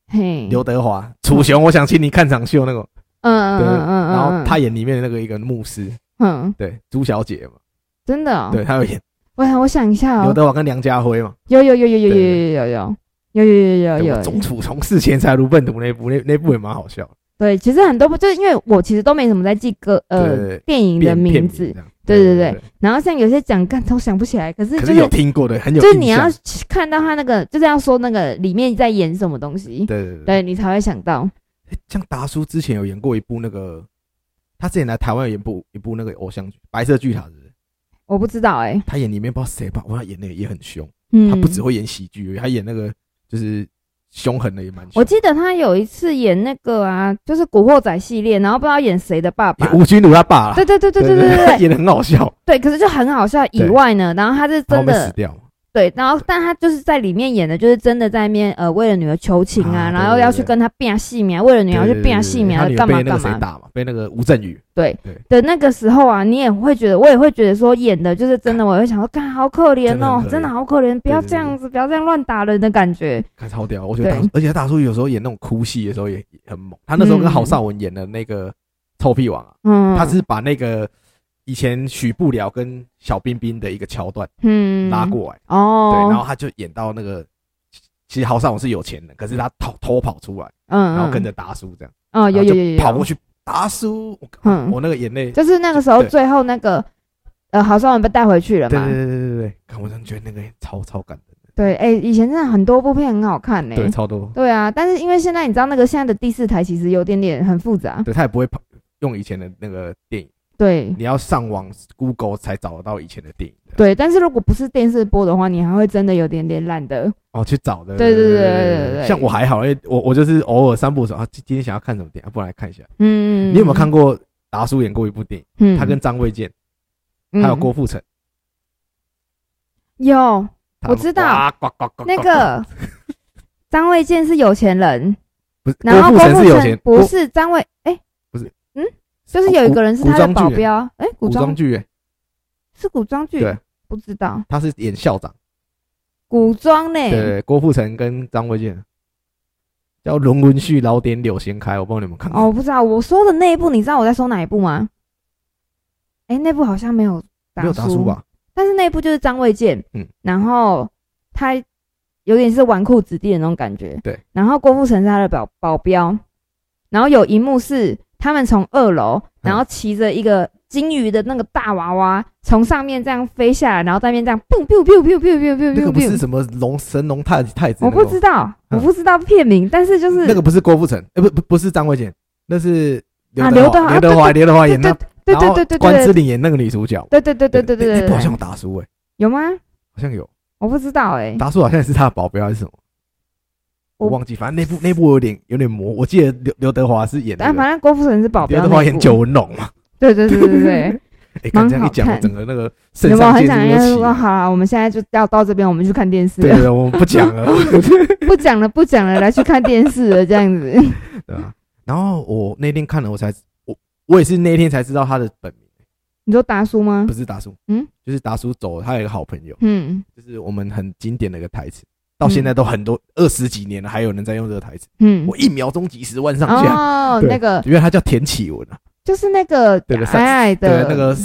[SPEAKER 2] 嘿，
[SPEAKER 1] 刘德华、楚雄，我想请你看场秀那个，
[SPEAKER 2] 嗯
[SPEAKER 1] 对，
[SPEAKER 2] 嗯嗯嗯嗯，
[SPEAKER 1] 然后他演里面的那个一个牧师，
[SPEAKER 2] 嗯，
[SPEAKER 1] 对，朱小姐嘛，
[SPEAKER 2] 真的哦，
[SPEAKER 1] 对，他有演
[SPEAKER 2] 我想我想一下
[SPEAKER 1] 刘
[SPEAKER 2] 哦，
[SPEAKER 1] 德华跟梁家辉嘛，
[SPEAKER 2] 有有有有有有有有有。有有有有
[SPEAKER 1] 对
[SPEAKER 2] 有
[SPEAKER 1] 我总楚从事钱财如粪土那部，那那部也蛮好笑的，
[SPEAKER 2] 对，其实很多部就是因为我其实都没怎么在记歌
[SPEAKER 1] 对对
[SPEAKER 2] 呃
[SPEAKER 1] 对，
[SPEAKER 2] 电影的
[SPEAKER 1] 变片
[SPEAKER 2] 名
[SPEAKER 1] 名
[SPEAKER 2] 字
[SPEAKER 1] 这，样，
[SPEAKER 2] 对对对。然后像有些讲干都想不起来，可是
[SPEAKER 1] 可
[SPEAKER 2] 就是
[SPEAKER 1] 有听过的，很有
[SPEAKER 2] 就是你
[SPEAKER 1] 印象
[SPEAKER 2] 要去看到他那个，就是要说那个里面在演什么东西，
[SPEAKER 1] 对对对
[SPEAKER 2] 对你才会想到。
[SPEAKER 1] 诶像达叔之前有演过一部那个，他之前来台湾有演部一部那个偶像剧《白色巨塔》，是不是？
[SPEAKER 2] 我不知道哎、
[SPEAKER 1] 他演里面不知道谁吧，我他演那个也很凶，
[SPEAKER 2] 嗯，
[SPEAKER 1] 他不只会演喜剧而已，他演那个就是凶狠的也蛮凶。
[SPEAKER 2] 我记得他有一次演那个啊，就是《古惑仔》系列，然后不知道演谁的爸爸
[SPEAKER 1] 演。吴君如他爸啦，
[SPEAKER 2] 对对对对对对
[SPEAKER 1] 对
[SPEAKER 2] 对对
[SPEAKER 1] 演的很好笑，
[SPEAKER 2] 对，可是就很好笑以外呢，然后他是
[SPEAKER 1] 然后
[SPEAKER 2] 真
[SPEAKER 1] 被死
[SPEAKER 2] 的
[SPEAKER 1] 掉。
[SPEAKER 2] 对，然后但他就是在里面演的，就是真的在那边呃为了女儿求情啊，
[SPEAKER 1] 啊
[SPEAKER 2] 然
[SPEAKER 1] 对
[SPEAKER 2] 后
[SPEAKER 1] 对
[SPEAKER 2] 要
[SPEAKER 1] 对
[SPEAKER 2] 去跟他变戏名，啊为了女儿
[SPEAKER 1] 对
[SPEAKER 2] 去变戏名，啊
[SPEAKER 1] 对对对
[SPEAKER 2] 干
[SPEAKER 1] 他
[SPEAKER 2] 嘛
[SPEAKER 1] 女儿被那
[SPEAKER 2] 干
[SPEAKER 1] 个谁
[SPEAKER 2] 嘛
[SPEAKER 1] 打嘛？被那个吴镇宇，
[SPEAKER 2] 的那个时候啊，你也会觉得，我也会觉得说演的就是 真的，我也会想说，干好可怜哦，真
[SPEAKER 1] 真
[SPEAKER 2] 的
[SPEAKER 1] 的
[SPEAKER 2] 好可怜，不要这样子，不要这样乱打人的感觉。
[SPEAKER 1] 看超屌。我觉得大
[SPEAKER 2] 对，
[SPEAKER 1] 而且大叔有时候演那种哭戏的时候也也很猛。他那时候跟郝邵文演的那个《臭屁王》啊，
[SPEAKER 2] 嗯，
[SPEAKER 1] 他是把那个以前许不了跟小冰冰的一个桥段
[SPEAKER 2] 嗯
[SPEAKER 1] 拉过来，对，然
[SPEAKER 2] 哦，
[SPEAKER 1] 后他就演到那个。其实郝邵文是有钱人，可是他偷偷跑出来，
[SPEAKER 2] 嗯，
[SPEAKER 1] 然后跟着
[SPEAKER 2] 着，
[SPEAKER 1] 达叔这样，
[SPEAKER 2] 嗯，
[SPEAKER 1] 然后
[SPEAKER 2] 有有
[SPEAKER 1] 就
[SPEAKER 2] 有有
[SPEAKER 1] 跑过，去，达叔，我
[SPEAKER 2] 嗯
[SPEAKER 1] 我那个眼泪，对
[SPEAKER 2] 就是那个时候
[SPEAKER 1] 对
[SPEAKER 2] 最后那个呃，郝邵文被带回去了
[SPEAKER 1] 对
[SPEAKER 2] 嘛
[SPEAKER 1] 对。对对对对，看我真的觉得那个超超感人，
[SPEAKER 2] 对，哎，以前真的很多部片很好看呢。
[SPEAKER 1] 对，超多，
[SPEAKER 2] 对啊，但是因为现在你知道那个现在的第四台其实有点点很复杂，
[SPEAKER 1] 对他也不会跑用以前的那个电影，
[SPEAKER 2] 对
[SPEAKER 1] 你要上网 Google 才找得到以前的电影的，
[SPEAKER 2] 对，但是如果不是电视播的话，你还会真的有点点懒得。
[SPEAKER 1] 哦，去找的，
[SPEAKER 2] 对对对对对对
[SPEAKER 1] 像我还好，因为我我就是偶尔散步的时候啊，今今天想要看什么电影，啊不然来看一下。
[SPEAKER 2] 嗯，
[SPEAKER 1] 你有没有看过达叔演过一部电影？
[SPEAKER 2] 嗯？
[SPEAKER 1] 他跟张卫健
[SPEAKER 2] 嗯
[SPEAKER 1] 还有郭富城，
[SPEAKER 2] 有
[SPEAKER 1] 他们
[SPEAKER 2] 我知道
[SPEAKER 1] 哇呱呱呱呱呱
[SPEAKER 2] 那个张卫健是有钱人，
[SPEAKER 1] 不是
[SPEAKER 2] 然后
[SPEAKER 1] 郭
[SPEAKER 2] 郭
[SPEAKER 1] 富城
[SPEAKER 2] 富
[SPEAKER 1] 是有
[SPEAKER 2] 城
[SPEAKER 1] 钱，
[SPEAKER 2] 不
[SPEAKER 1] 郭
[SPEAKER 2] 是张卫，哎，
[SPEAKER 1] 不是，
[SPEAKER 2] 嗯，就是有一个人是他的保镖啊，哎，古
[SPEAKER 1] 古装
[SPEAKER 2] 装
[SPEAKER 1] 剧耶，
[SPEAKER 2] 是古装剧
[SPEAKER 1] 对，
[SPEAKER 2] 不知道
[SPEAKER 1] 他是演校长，
[SPEAKER 2] 古装呢，
[SPEAKER 1] 对对，对郭富城跟张卫健叫《龙文旭老点柳先开》，我不知道你们有没有看
[SPEAKER 2] 哦，
[SPEAKER 1] 过，
[SPEAKER 2] 我不知道我说的那一部，你知道我在说哪一部吗？哎，那部好像没有
[SPEAKER 1] 没有达叔
[SPEAKER 2] 叔，
[SPEAKER 1] 吧？
[SPEAKER 2] 但是那一部就是张卫健，
[SPEAKER 1] 嗯，
[SPEAKER 2] 然后他有点是纨绔子弟的那种感觉，
[SPEAKER 1] 对。
[SPEAKER 2] 然后郭富城是他的保保镖，然后有一幕是他们从二楼，
[SPEAKER 1] 嗯
[SPEAKER 2] 然后骑着一个金鱼的那个大娃娃从上面这样飞下来，然后在那边这样 biu biu biu biu biu biu biu
[SPEAKER 1] 那
[SPEAKER 2] biu
[SPEAKER 1] 个不是
[SPEAKER 2] biu，
[SPEAKER 1] 什么哦龙神龙太太子那
[SPEAKER 2] 我
[SPEAKER 1] 个吗，
[SPEAKER 2] 不知道，我
[SPEAKER 1] 嗯
[SPEAKER 2] 不知道片名，但是就是
[SPEAKER 1] 那个不是郭富城，呃，不不不是张卫健，那是
[SPEAKER 2] 啊
[SPEAKER 1] 刘
[SPEAKER 2] 刘德华
[SPEAKER 1] 刘德
[SPEAKER 2] 啊
[SPEAKER 1] 华刘德华
[SPEAKER 2] 对
[SPEAKER 1] 演
[SPEAKER 2] 对
[SPEAKER 1] 那，
[SPEAKER 2] 对
[SPEAKER 1] 然后
[SPEAKER 2] 对对对
[SPEAKER 1] 关之
[SPEAKER 2] 对
[SPEAKER 1] 琳演那个女主角，
[SPEAKER 2] 对对对对对对
[SPEAKER 1] 那
[SPEAKER 2] 对
[SPEAKER 1] 部好像有
[SPEAKER 2] 对，
[SPEAKER 1] 达叔哎，
[SPEAKER 2] 有吗？
[SPEAKER 1] 好像有
[SPEAKER 2] 我不知道哎，
[SPEAKER 1] 达叔好像是他的保镖还是什么，
[SPEAKER 2] 我
[SPEAKER 1] 我忘记，反正那部那部有点有点模糊，我记得刘刘德华是演那
[SPEAKER 2] 但
[SPEAKER 1] 个，
[SPEAKER 2] 反正郭富城是保镖
[SPEAKER 1] 刘
[SPEAKER 2] 那
[SPEAKER 1] 德
[SPEAKER 2] 一部，
[SPEAKER 1] 华演九纹龙嘛，
[SPEAKER 2] 对对对对对对。
[SPEAKER 1] 哎，看这样
[SPEAKER 2] 蛮好
[SPEAKER 1] 一讲，我
[SPEAKER 2] 看
[SPEAKER 1] 整个那个
[SPEAKER 2] 有
[SPEAKER 1] 肾
[SPEAKER 2] 没有
[SPEAKER 1] 上
[SPEAKER 2] 很
[SPEAKER 1] 腺素
[SPEAKER 2] 想
[SPEAKER 1] 都
[SPEAKER 2] 要
[SPEAKER 1] 起
[SPEAKER 2] 说
[SPEAKER 1] 来，
[SPEAKER 2] 好了，我们现在就要到这边，我们去看电视
[SPEAKER 1] 对
[SPEAKER 2] 了，
[SPEAKER 1] 对，我们不讲了，
[SPEAKER 2] 不讲了，不讲了，来去看电视了，这样 子。
[SPEAKER 1] 对啊，然后我那天看了，我才我我也是那天才知道他的本名，
[SPEAKER 2] 你说达叔吗
[SPEAKER 1] 不？是达叔，
[SPEAKER 2] 嗯，
[SPEAKER 1] 就是达叔走了，他有一个好朋友。
[SPEAKER 2] 嗯
[SPEAKER 1] 就是我们很经典的一个台词，到现在都很多二十几年了，还有人在用这个台词。
[SPEAKER 2] 嗯
[SPEAKER 1] 我，一秒钟几十万上下，
[SPEAKER 2] 哦，
[SPEAKER 1] 啊对
[SPEAKER 2] 那个
[SPEAKER 1] 因为他叫田启文啊，
[SPEAKER 2] 就是那个
[SPEAKER 1] 对对
[SPEAKER 2] 矮矮
[SPEAKER 1] 对
[SPEAKER 2] 的，
[SPEAKER 1] 那个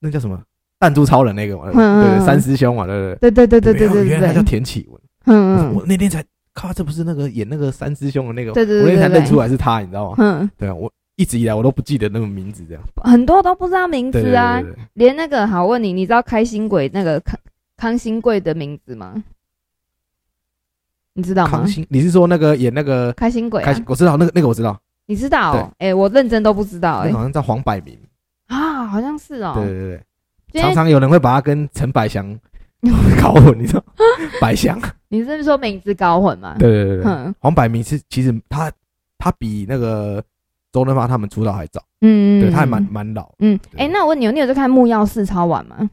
[SPEAKER 1] 那叫什么弹珠超人那个嘛，
[SPEAKER 2] 嗯嗯
[SPEAKER 1] 对
[SPEAKER 2] 嗯
[SPEAKER 1] 对三师兄嘛，对
[SPEAKER 2] 对对
[SPEAKER 1] 对
[SPEAKER 2] 对对对对对
[SPEAKER 1] 哦原来他叫
[SPEAKER 2] 对，
[SPEAKER 1] 田启文，
[SPEAKER 2] 嗯
[SPEAKER 1] 我
[SPEAKER 2] 嗯
[SPEAKER 1] 那天才靠，这不是那个演那个三师兄的那个，
[SPEAKER 2] 对对对
[SPEAKER 1] 我那天才
[SPEAKER 2] 对对
[SPEAKER 1] 认出来是他，你知道吗？
[SPEAKER 2] 嗯，
[SPEAKER 1] 对啊，我一直以来我都不记得那个名字，这样。
[SPEAKER 2] 很多都不知道名
[SPEAKER 1] 对
[SPEAKER 2] 字
[SPEAKER 1] 对
[SPEAKER 2] 啊
[SPEAKER 1] 对，对对，
[SPEAKER 2] 连那个好问你，你知道开心鬼那个康康心贵的名字吗？你知道吗
[SPEAKER 1] 康？欣，你是说那个演那个
[SPEAKER 2] 开心鬼啊
[SPEAKER 1] 开，心？我知道那个那个我知道，
[SPEAKER 2] 你知道哦？哎，我认真都不知道
[SPEAKER 1] 那个
[SPEAKER 2] 哎
[SPEAKER 1] 好像叫黄百鸣，
[SPEAKER 2] 啊，好像是哦
[SPEAKER 1] 对，对对对。
[SPEAKER 2] 因
[SPEAKER 1] 常
[SPEAKER 2] 为
[SPEAKER 1] 常有人会把他跟陈百 祥搞混，你知道？百祥，
[SPEAKER 2] 你是说名字搞混吗？
[SPEAKER 1] 对对对对，
[SPEAKER 2] 嗯
[SPEAKER 1] 黄百鸣是其实他他比那个周润发他们出道还早，
[SPEAKER 2] 嗯，
[SPEAKER 1] 对，他还蛮蛮老。
[SPEAKER 2] 嗯，
[SPEAKER 1] 对
[SPEAKER 2] 哎、那我问你哦，你有在看《木曜四超玩》吗？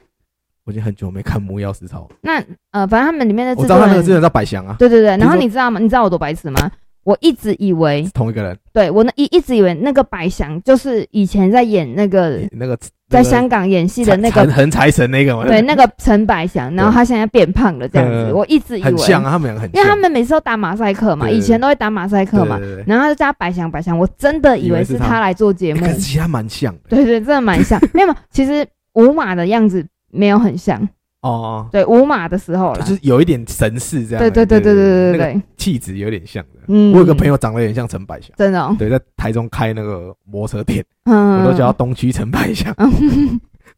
[SPEAKER 1] 我已经很久没看《木曜十超》，
[SPEAKER 2] 那呃，反正他们里面的
[SPEAKER 1] 我
[SPEAKER 2] 制
[SPEAKER 1] 知道
[SPEAKER 2] 作
[SPEAKER 1] 他那个真
[SPEAKER 2] 人，
[SPEAKER 1] 的叫百祥啊，
[SPEAKER 2] 对对对。
[SPEAKER 1] 听
[SPEAKER 2] 然后
[SPEAKER 1] 说
[SPEAKER 2] 你知道吗？你知道我多白痴吗？我一直以为
[SPEAKER 1] 是，同一个人，
[SPEAKER 2] 对我那一一直以为那个白翔就是以前在演那个
[SPEAKER 1] 那个
[SPEAKER 2] 在香港演戏的那
[SPEAKER 1] 很
[SPEAKER 2] 个，
[SPEAKER 1] 很财神哦那个嘛，
[SPEAKER 2] 对，那个陈百祥，然后他现在变胖了这样子，
[SPEAKER 1] 嗯
[SPEAKER 2] 我一直以为
[SPEAKER 1] 很，像啊，他们两个很
[SPEAKER 2] 因
[SPEAKER 1] 像，
[SPEAKER 2] 为他们每次都打马赛克嘛，
[SPEAKER 1] 对对
[SPEAKER 2] 以
[SPEAKER 1] 对
[SPEAKER 2] 前都会打马赛克嘛，
[SPEAKER 1] 对对对
[SPEAKER 2] 然后他就叫他白翔白翔，我真的以
[SPEAKER 1] 以
[SPEAKER 2] 为
[SPEAKER 1] 为是
[SPEAKER 2] 是
[SPEAKER 1] 他
[SPEAKER 2] 他来做节
[SPEAKER 1] 对，
[SPEAKER 2] 目
[SPEAKER 1] 欸可，是其实他蛮像的，
[SPEAKER 2] 对对，真的蛮像。没有，没有其实五马的样子没有很像，
[SPEAKER 1] 哦，
[SPEAKER 2] 对，五马的时候了
[SPEAKER 1] 就。是有一点神似这样
[SPEAKER 2] 对
[SPEAKER 1] 的，
[SPEAKER 2] 对对对对对
[SPEAKER 1] 那个
[SPEAKER 2] 对，
[SPEAKER 1] 气质有点像的。
[SPEAKER 2] 嗯
[SPEAKER 1] 我有个朋友长得有点像陈百祥，
[SPEAKER 2] 真的哦，
[SPEAKER 1] 对，在台中开那个摩托车店，
[SPEAKER 2] 嗯，
[SPEAKER 1] 我都叫他东区陈百 祥，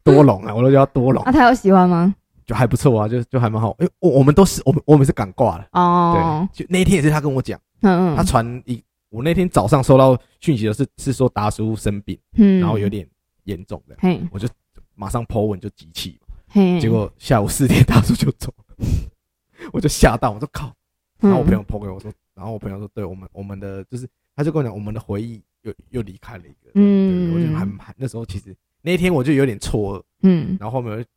[SPEAKER 1] 多龙啊，我都叫他多龙
[SPEAKER 2] 啊，，他有喜欢吗？
[SPEAKER 1] 就还不错啊，就就还蛮好。因为我我们都是我们我们是敢挂的，
[SPEAKER 2] 哦，
[SPEAKER 1] 对，就那一天也是他跟我讲，
[SPEAKER 2] 嗯
[SPEAKER 1] 他传一，我那天早上收到讯息的是是说达叔生病，
[SPEAKER 2] 嗯，
[SPEAKER 1] 然后有点严重的，
[SPEAKER 2] 嘿
[SPEAKER 1] 马上 po 文就集气，
[SPEAKER 2] 嘿，
[SPEAKER 1] 结果下午四点大叔就走， 我就吓到，我说靠。然
[SPEAKER 2] 嗯
[SPEAKER 1] 后我朋友 po 给我说，然后我朋友说，对我们我们的就是，他就跟我讲，我们的回忆又又离开了一个，对，
[SPEAKER 2] 嗯，
[SPEAKER 1] 我就还还那时候其实那一天我就有点错愕，
[SPEAKER 2] 嗯
[SPEAKER 1] 然后后面我就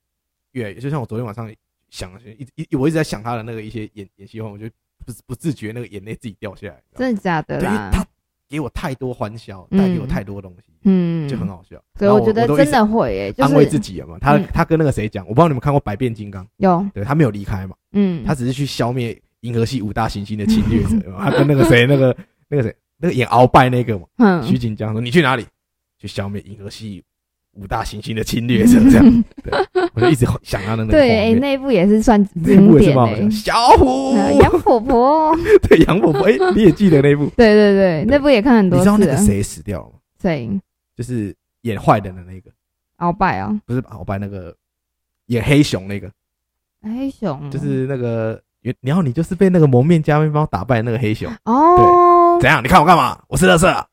[SPEAKER 1] 越来越就像我昨天晚上想一一我一直在想他的那个一些演演戏话，我就不不自觉那个眼泪自己掉下来，你知道吗
[SPEAKER 2] 真的假的
[SPEAKER 1] 对，因
[SPEAKER 2] 啦
[SPEAKER 1] 为？他给我太多欢笑，带给我
[SPEAKER 2] 嗯
[SPEAKER 1] 太多东西，
[SPEAKER 2] 嗯，
[SPEAKER 1] 就很。好笑，
[SPEAKER 2] 所以
[SPEAKER 1] 然后
[SPEAKER 2] 我觉得
[SPEAKER 1] 都一
[SPEAKER 2] 真
[SPEAKER 1] 直
[SPEAKER 2] 的会耶，就
[SPEAKER 1] 安慰自
[SPEAKER 2] 是
[SPEAKER 1] 己了嘛。他
[SPEAKER 2] 嗯
[SPEAKER 1] 他跟那个谁讲，我不知道你们看过《百变金刚》，
[SPEAKER 2] 有，
[SPEAKER 1] 对他没有离开嘛。
[SPEAKER 2] 嗯，
[SPEAKER 1] 他只是去消灭银河系五大行星的侵略 者嘛。他跟那个谁，那个那个谁，那个演鳌拜那个嘛，
[SPEAKER 2] 嗯
[SPEAKER 1] 徐锦江说：“你去哪里？去消灭银河系五大行星的侵略 者。”这样，对，我就一直想到那个
[SPEAKER 2] 对，哎，
[SPEAKER 1] 画面。
[SPEAKER 2] 那一部也是算
[SPEAKER 1] 那一部也
[SPEAKER 2] 经
[SPEAKER 1] 是
[SPEAKER 2] 典
[SPEAKER 1] 蛮好笑
[SPEAKER 2] 哎
[SPEAKER 1] 的，，哦小虎
[SPEAKER 2] 呃杨婆婆，
[SPEAKER 1] 对杨伯伯，哎，你也记得那一部？
[SPEAKER 2] 对对对，那部也看很
[SPEAKER 1] 你
[SPEAKER 2] 多
[SPEAKER 1] 知
[SPEAKER 2] 次啊
[SPEAKER 1] 道那个
[SPEAKER 2] 了。
[SPEAKER 1] 谁死掉了吗？
[SPEAKER 2] 谁？
[SPEAKER 1] 就是演坏人的那个，
[SPEAKER 2] 鳌拜哦，
[SPEAKER 1] 不是鳌拜那个演黑熊那个，
[SPEAKER 2] 黑哎熊，
[SPEAKER 1] 就是那个。然后你就是被那个蒙面加菲猫打败的那个黑熊，
[SPEAKER 2] 哦，
[SPEAKER 1] 怎样？你看我干嘛？我是乐色、啊？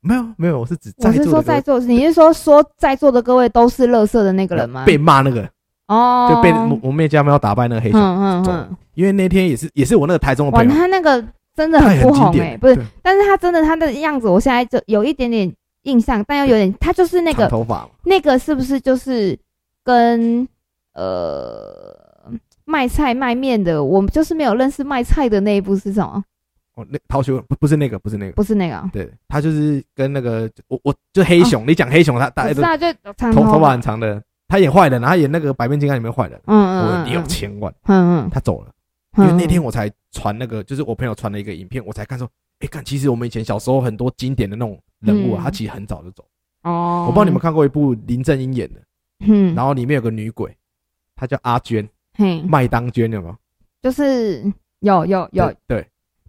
[SPEAKER 1] 没有没有，我是指在
[SPEAKER 2] 我是
[SPEAKER 1] 座
[SPEAKER 2] 说
[SPEAKER 1] 的各
[SPEAKER 2] 在
[SPEAKER 1] 位
[SPEAKER 2] 座，你是说说在座的各位都是乐色的那个人吗？
[SPEAKER 1] 被骂那个，
[SPEAKER 2] 哦，
[SPEAKER 1] 就被我我妹家喵打败那个黑
[SPEAKER 2] 嗯
[SPEAKER 1] 熊，
[SPEAKER 2] 嗯
[SPEAKER 1] 走
[SPEAKER 2] 嗯，
[SPEAKER 1] 因为那天也是也是我那个台中的
[SPEAKER 2] 哇，
[SPEAKER 1] 朋友，
[SPEAKER 2] 他那个真的
[SPEAKER 1] 他
[SPEAKER 2] 很
[SPEAKER 1] 也
[SPEAKER 2] 不
[SPEAKER 1] 很经
[SPEAKER 2] 红
[SPEAKER 1] 典
[SPEAKER 2] 哎，不是
[SPEAKER 1] 对，
[SPEAKER 2] 但是他真的他的样子，我现在就有一点点印象，但又有点，他就是那
[SPEAKER 1] 长
[SPEAKER 2] 个
[SPEAKER 1] 头发嘛，
[SPEAKER 2] 那个是不是就是跟呃卖菜卖面的，我们就是没有认识卖菜的那一部是什么？
[SPEAKER 1] 哦，那逃学不不是那个不是那个，
[SPEAKER 2] 不是那个啊，
[SPEAKER 1] 对他就是跟那个我我就黑熊，你讲黑熊他大
[SPEAKER 2] 哦我
[SPEAKER 1] 家
[SPEAKER 2] 知
[SPEAKER 1] 都
[SPEAKER 2] 道啊就长
[SPEAKER 1] 头头发
[SPEAKER 2] 发，
[SPEAKER 1] 很长的，他演坏人，然后演那个百变金刚里面坏人，
[SPEAKER 2] 嗯嗯
[SPEAKER 1] 我
[SPEAKER 2] 嗯
[SPEAKER 1] 有
[SPEAKER 2] 嗯
[SPEAKER 1] 千万，
[SPEAKER 2] 嗯
[SPEAKER 1] 他走了，因
[SPEAKER 2] 嗯，
[SPEAKER 1] 为那天我才传那个，就是我朋友传了一个影片，我才看说，哎，看其实我们以前小时候很多经典的那种人物啊，
[SPEAKER 2] 嗯
[SPEAKER 1] 他其实很早就走了，
[SPEAKER 2] 哦，
[SPEAKER 1] 我不知道你们看过一部林正英演的。
[SPEAKER 2] 嗯，
[SPEAKER 1] 然后里面有个女鬼，她叫阿娟，
[SPEAKER 2] 嘿，
[SPEAKER 1] 麦当娟，有没有？
[SPEAKER 2] 就是有有有，
[SPEAKER 1] 对，对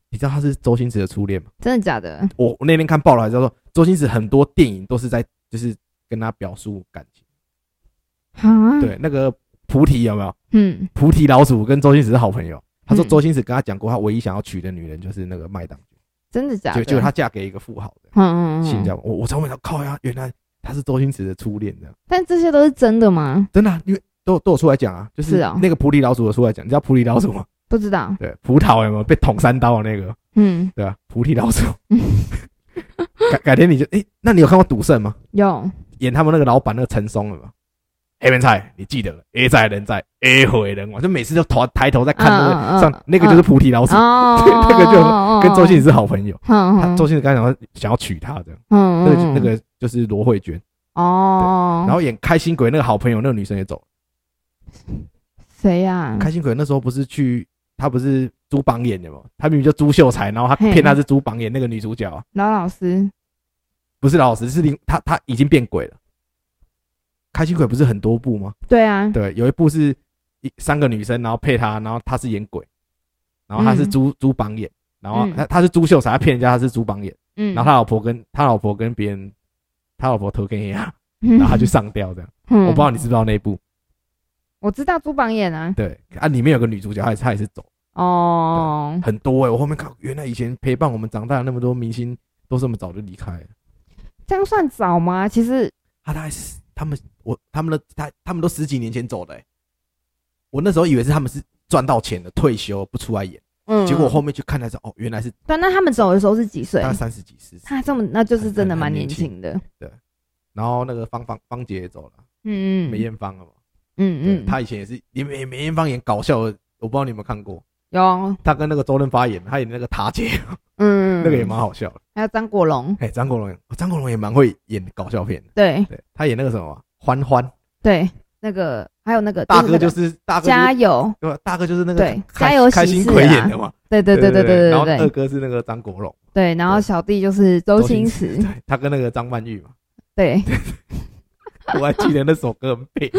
[SPEAKER 1] 你知道她是周星驰的初恋吗？
[SPEAKER 2] 真的假的？
[SPEAKER 1] 我我那天看报了，还知道说周星驰很多电影都是在就是跟她表述感情。
[SPEAKER 2] 啊，，
[SPEAKER 1] 对，那个菩提有没有？
[SPEAKER 2] 嗯，
[SPEAKER 1] 菩提老鼠跟周星驰是好朋友。他说
[SPEAKER 2] 嗯
[SPEAKER 1] 周星驰跟他讲过，他唯一想要娶的女人就是那个麦当娟，
[SPEAKER 2] 真的假
[SPEAKER 1] 结
[SPEAKER 2] 的？
[SPEAKER 1] 结果她嫁给一个富豪的，
[SPEAKER 2] 嗯，嗯
[SPEAKER 1] 新
[SPEAKER 2] 嗯
[SPEAKER 1] 加
[SPEAKER 2] 嗯，
[SPEAKER 1] 坡。我我才问他，靠呀，原来她是周星驰的初恋这样，
[SPEAKER 2] 但这些都是真的吗？
[SPEAKER 1] 真的啊、因为都有都有出来讲啊，就是
[SPEAKER 2] 啊
[SPEAKER 1] 那个菩提老鼠有出来讲，你知道菩提老鼠吗？
[SPEAKER 2] 不知道，
[SPEAKER 1] 对，葡萄有没有被捅三刀的那个？
[SPEAKER 2] 嗯，
[SPEAKER 1] 对吧、啊菩提老鼠。 改改天你就诶，那你有看过《赌圣》吗？
[SPEAKER 2] 有，
[SPEAKER 1] 演他们那个老板那个陈松了吗？黑面菜，你记得了？A 在人在，A 回人往，就每次都头抬头在看那
[SPEAKER 2] 嗯嗯
[SPEAKER 1] 个
[SPEAKER 2] 嗯
[SPEAKER 1] 上，那个就是菩 提老鼠，
[SPEAKER 2] 哦
[SPEAKER 1] 对那个就跟周星驰
[SPEAKER 2] 驰，
[SPEAKER 1] 是好朋友。他
[SPEAKER 2] 嗯，
[SPEAKER 1] 周星驰刚才讲说想要娶她这样，那
[SPEAKER 2] 嗯，
[SPEAKER 1] 个
[SPEAKER 2] 那
[SPEAKER 1] 就那个就是罗慧娟，
[SPEAKER 2] 哦，
[SPEAKER 1] 然后演开心鬼那个好朋友那个女生也走了。
[SPEAKER 2] 谁呀？
[SPEAKER 1] 开心鬼那时候不是去，他不是朱榜眼的吗？他明明叫朱秀才，然后他
[SPEAKER 2] 嘿
[SPEAKER 1] 骗她是朱榜眼那个女主角啊。
[SPEAKER 2] 老老师，
[SPEAKER 1] 不是老师，是林他他已经变鬼了。开心鬼不是很多部吗？
[SPEAKER 2] 对啊，
[SPEAKER 1] 对，有一部是一三个女生，然后配他，然后他是演鬼，然后他是
[SPEAKER 2] 嗯
[SPEAKER 1] 朱、朱榜眼，然后
[SPEAKER 2] 嗯
[SPEAKER 1] 他、他是朱秀才，他骗人家他是朱榜眼，
[SPEAKER 2] 嗯，
[SPEAKER 1] 然后他老婆跟他老婆跟别人，他老婆偷跟人家，啊然后他就上吊这样。
[SPEAKER 2] 嗯，
[SPEAKER 1] 我不知道你知不知道那一部？
[SPEAKER 2] 我知道朱榜眼啊，
[SPEAKER 1] 对啊，里面有个女主角，她也是她也是走
[SPEAKER 2] 哦，
[SPEAKER 1] 很多哎、我后面看，原来以前陪伴我们长大的那么多明星都这么早就离开了。
[SPEAKER 2] 这样算早吗？其实
[SPEAKER 1] 他大概是他们我他们的他他们都十几年前走的、欸，我那时候以为是他们是赚到钱了退休不出来演，
[SPEAKER 2] 嗯，
[SPEAKER 1] 结果我后面去看才知道哦，原来是
[SPEAKER 2] 对，那他们走的时候是几岁
[SPEAKER 1] 大？概三十几四十，
[SPEAKER 2] 他这么，那就是真的
[SPEAKER 1] 很
[SPEAKER 2] 蛮
[SPEAKER 1] 很年
[SPEAKER 2] 年
[SPEAKER 1] 轻
[SPEAKER 2] 轻的，
[SPEAKER 1] 然后那个方方方姐也走了，
[SPEAKER 2] 嗯
[SPEAKER 1] 梅
[SPEAKER 2] 嗯
[SPEAKER 1] 艳芳了嘛，
[SPEAKER 2] 嗯
[SPEAKER 1] 嗯，
[SPEAKER 2] 嗯，
[SPEAKER 1] 她以前也是也梅梅艳芳演搞笑的，我不知道你有没有看过，
[SPEAKER 2] 有，
[SPEAKER 1] 她跟那个周润发演，她演那个塔姐，
[SPEAKER 2] 嗯，
[SPEAKER 1] 那个也蛮好笑的，
[SPEAKER 2] 还有张国荣，
[SPEAKER 1] 哎，张国荣也张国荣也蛮会演搞笑片的，
[SPEAKER 2] 对
[SPEAKER 1] 对他演那个什么啊欢欢
[SPEAKER 2] 对，那个还有那个
[SPEAKER 1] 大哥就是是大
[SPEAKER 2] 那个
[SPEAKER 1] 哥就是
[SPEAKER 2] 加油，
[SPEAKER 1] 对吧？大哥就是那个
[SPEAKER 2] 对
[SPEAKER 1] 开
[SPEAKER 2] 家有喜
[SPEAKER 1] 开心
[SPEAKER 2] 事
[SPEAKER 1] 鬼
[SPEAKER 2] 啊
[SPEAKER 1] 演的嘛。
[SPEAKER 2] 对对对对对
[SPEAKER 1] 然
[SPEAKER 2] 对
[SPEAKER 1] 后二
[SPEAKER 2] 对
[SPEAKER 1] 哥是那个张国荣，
[SPEAKER 2] 对，然后
[SPEAKER 1] 对
[SPEAKER 2] 小弟就是周
[SPEAKER 1] 周
[SPEAKER 2] 星
[SPEAKER 1] 星
[SPEAKER 2] 驰，
[SPEAKER 1] 对他跟那个张曼玉 嘛，
[SPEAKER 2] 对，
[SPEAKER 1] 我还记得那首歌很配。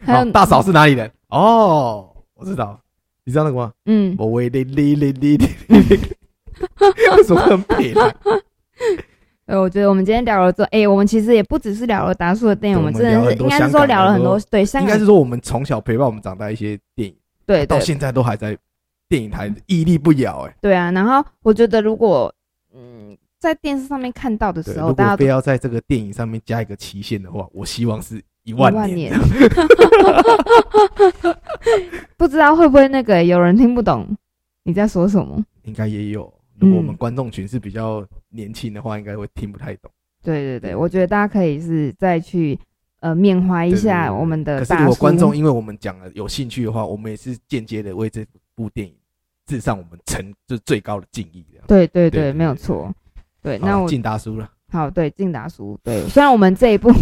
[SPEAKER 2] 还有嗯
[SPEAKER 1] 好大嫂是哪里人？哦，我知道，你知道那个吗？
[SPEAKER 2] 嗯，
[SPEAKER 1] 我为你你你你你， 为什么很撇？
[SPEAKER 2] 呃，我觉得我们今天聊了这，哎、我们其实也不只是聊了达叔的电影，
[SPEAKER 1] 对
[SPEAKER 2] 我们真的是
[SPEAKER 1] 我
[SPEAKER 2] 应
[SPEAKER 1] 们聊了很多香港
[SPEAKER 2] 该是说聊了很多
[SPEAKER 1] 很
[SPEAKER 2] 对香
[SPEAKER 1] 应
[SPEAKER 2] 港
[SPEAKER 1] 该是说我们从小陪伴我们长大一些电影，
[SPEAKER 2] 对
[SPEAKER 1] 到
[SPEAKER 2] 对
[SPEAKER 1] 现在都还在电影台屹立不摇。哎，
[SPEAKER 2] 对啊。然后我觉得如果嗯在电视上面看到的
[SPEAKER 1] 对，
[SPEAKER 2] 时候，
[SPEAKER 1] 如
[SPEAKER 2] 大
[SPEAKER 1] 果
[SPEAKER 2] 家
[SPEAKER 1] 非
[SPEAKER 2] 都
[SPEAKER 1] 要在这个电影上面加一个期限的话，我希望是一
[SPEAKER 2] 一
[SPEAKER 1] 万
[SPEAKER 2] 万
[SPEAKER 1] 年。
[SPEAKER 2] 年， 不知道会不会那个有人听不懂你在说什么？
[SPEAKER 1] 应该也有。如果我们
[SPEAKER 2] 嗯
[SPEAKER 1] 观众群是比较年轻的话，应该会听不太懂。
[SPEAKER 2] 对对对，我觉得大家可以是再去呃缅怀一
[SPEAKER 1] 对对
[SPEAKER 2] 下
[SPEAKER 1] 对
[SPEAKER 2] 我们的
[SPEAKER 1] 可是
[SPEAKER 2] 大叔。
[SPEAKER 1] 如果观众因为我们讲了有兴趣的话，我们也是间接的为这部电影致上我们成就最高的敬意。这样，
[SPEAKER 2] 对对
[SPEAKER 1] 对
[SPEAKER 2] 对，
[SPEAKER 1] 对
[SPEAKER 2] 没有
[SPEAKER 1] 对
[SPEAKER 2] 错。对，
[SPEAKER 1] 好
[SPEAKER 2] 那我
[SPEAKER 1] 进大叔了，
[SPEAKER 2] 好，对，竞答书，对，虽然我们这一部，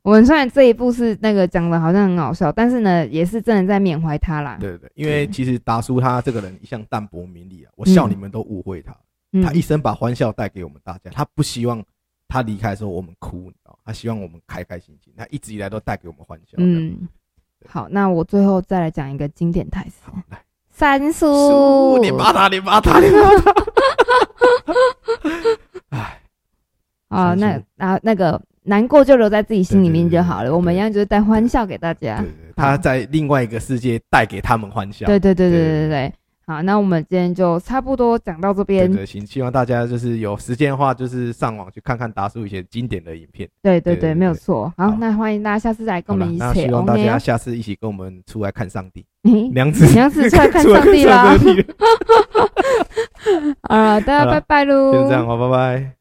[SPEAKER 2] 我们虽然这一部是那个讲的好像很好笑，但是呢，也是真的在缅怀他啦。
[SPEAKER 1] 对对对，因为
[SPEAKER 2] 对
[SPEAKER 1] 其实达叔他这个人一向淡泊名利啊，我笑
[SPEAKER 2] 嗯
[SPEAKER 1] 你们都误会他，
[SPEAKER 2] 嗯
[SPEAKER 1] 他一生把欢笑带给我们大家，他不希望他离开的时候我们哭，你知道吗，他希望我们开开心心，他一直以来都带给我们欢笑。嗯，
[SPEAKER 2] 嗯，好，那我最后再来讲一个经典台词
[SPEAKER 1] 好，来，：“
[SPEAKER 2] 三叔哦
[SPEAKER 1] 叔，，你骂他，你骂 他，你骂他。哎，
[SPEAKER 2] 啊，
[SPEAKER 1] 三
[SPEAKER 2] 那
[SPEAKER 1] 叔
[SPEAKER 2] 啊那个难过就留在自己心里面就好
[SPEAKER 1] 对对对
[SPEAKER 2] 了，
[SPEAKER 1] 对
[SPEAKER 2] 我们一样就是带欢笑给大家
[SPEAKER 1] 对。对，对他在另外一个世界带给他们欢笑。
[SPEAKER 2] 对对对对
[SPEAKER 1] 对
[SPEAKER 2] 对对对。好，那我们今天就差不多讲到这边
[SPEAKER 1] 对。对，行，希望大家就是有时间的话，就是上网去看看达叔以前经典的影片。
[SPEAKER 2] 对对
[SPEAKER 1] 对
[SPEAKER 2] 对，
[SPEAKER 1] 对
[SPEAKER 2] 没有
[SPEAKER 1] 对
[SPEAKER 2] 错。好
[SPEAKER 1] 好，
[SPEAKER 2] 那欢迎大家下次来跟
[SPEAKER 1] 好了
[SPEAKER 2] 我们，一
[SPEAKER 1] 那
[SPEAKER 2] 起
[SPEAKER 1] 希望大
[SPEAKER 2] OK
[SPEAKER 1] 家
[SPEAKER 2] 哦。
[SPEAKER 1] 下次一起跟我们出来看上 帝，
[SPEAKER 2] 嘿
[SPEAKER 1] 娘子，
[SPEAKER 2] 娘子出来看
[SPEAKER 1] 出来
[SPEAKER 2] 上帝啦！
[SPEAKER 1] 上帝了
[SPEAKER 2] 好的，
[SPEAKER 1] 好了
[SPEAKER 2] 拜拜喽，
[SPEAKER 1] 就这样，好，拜拜。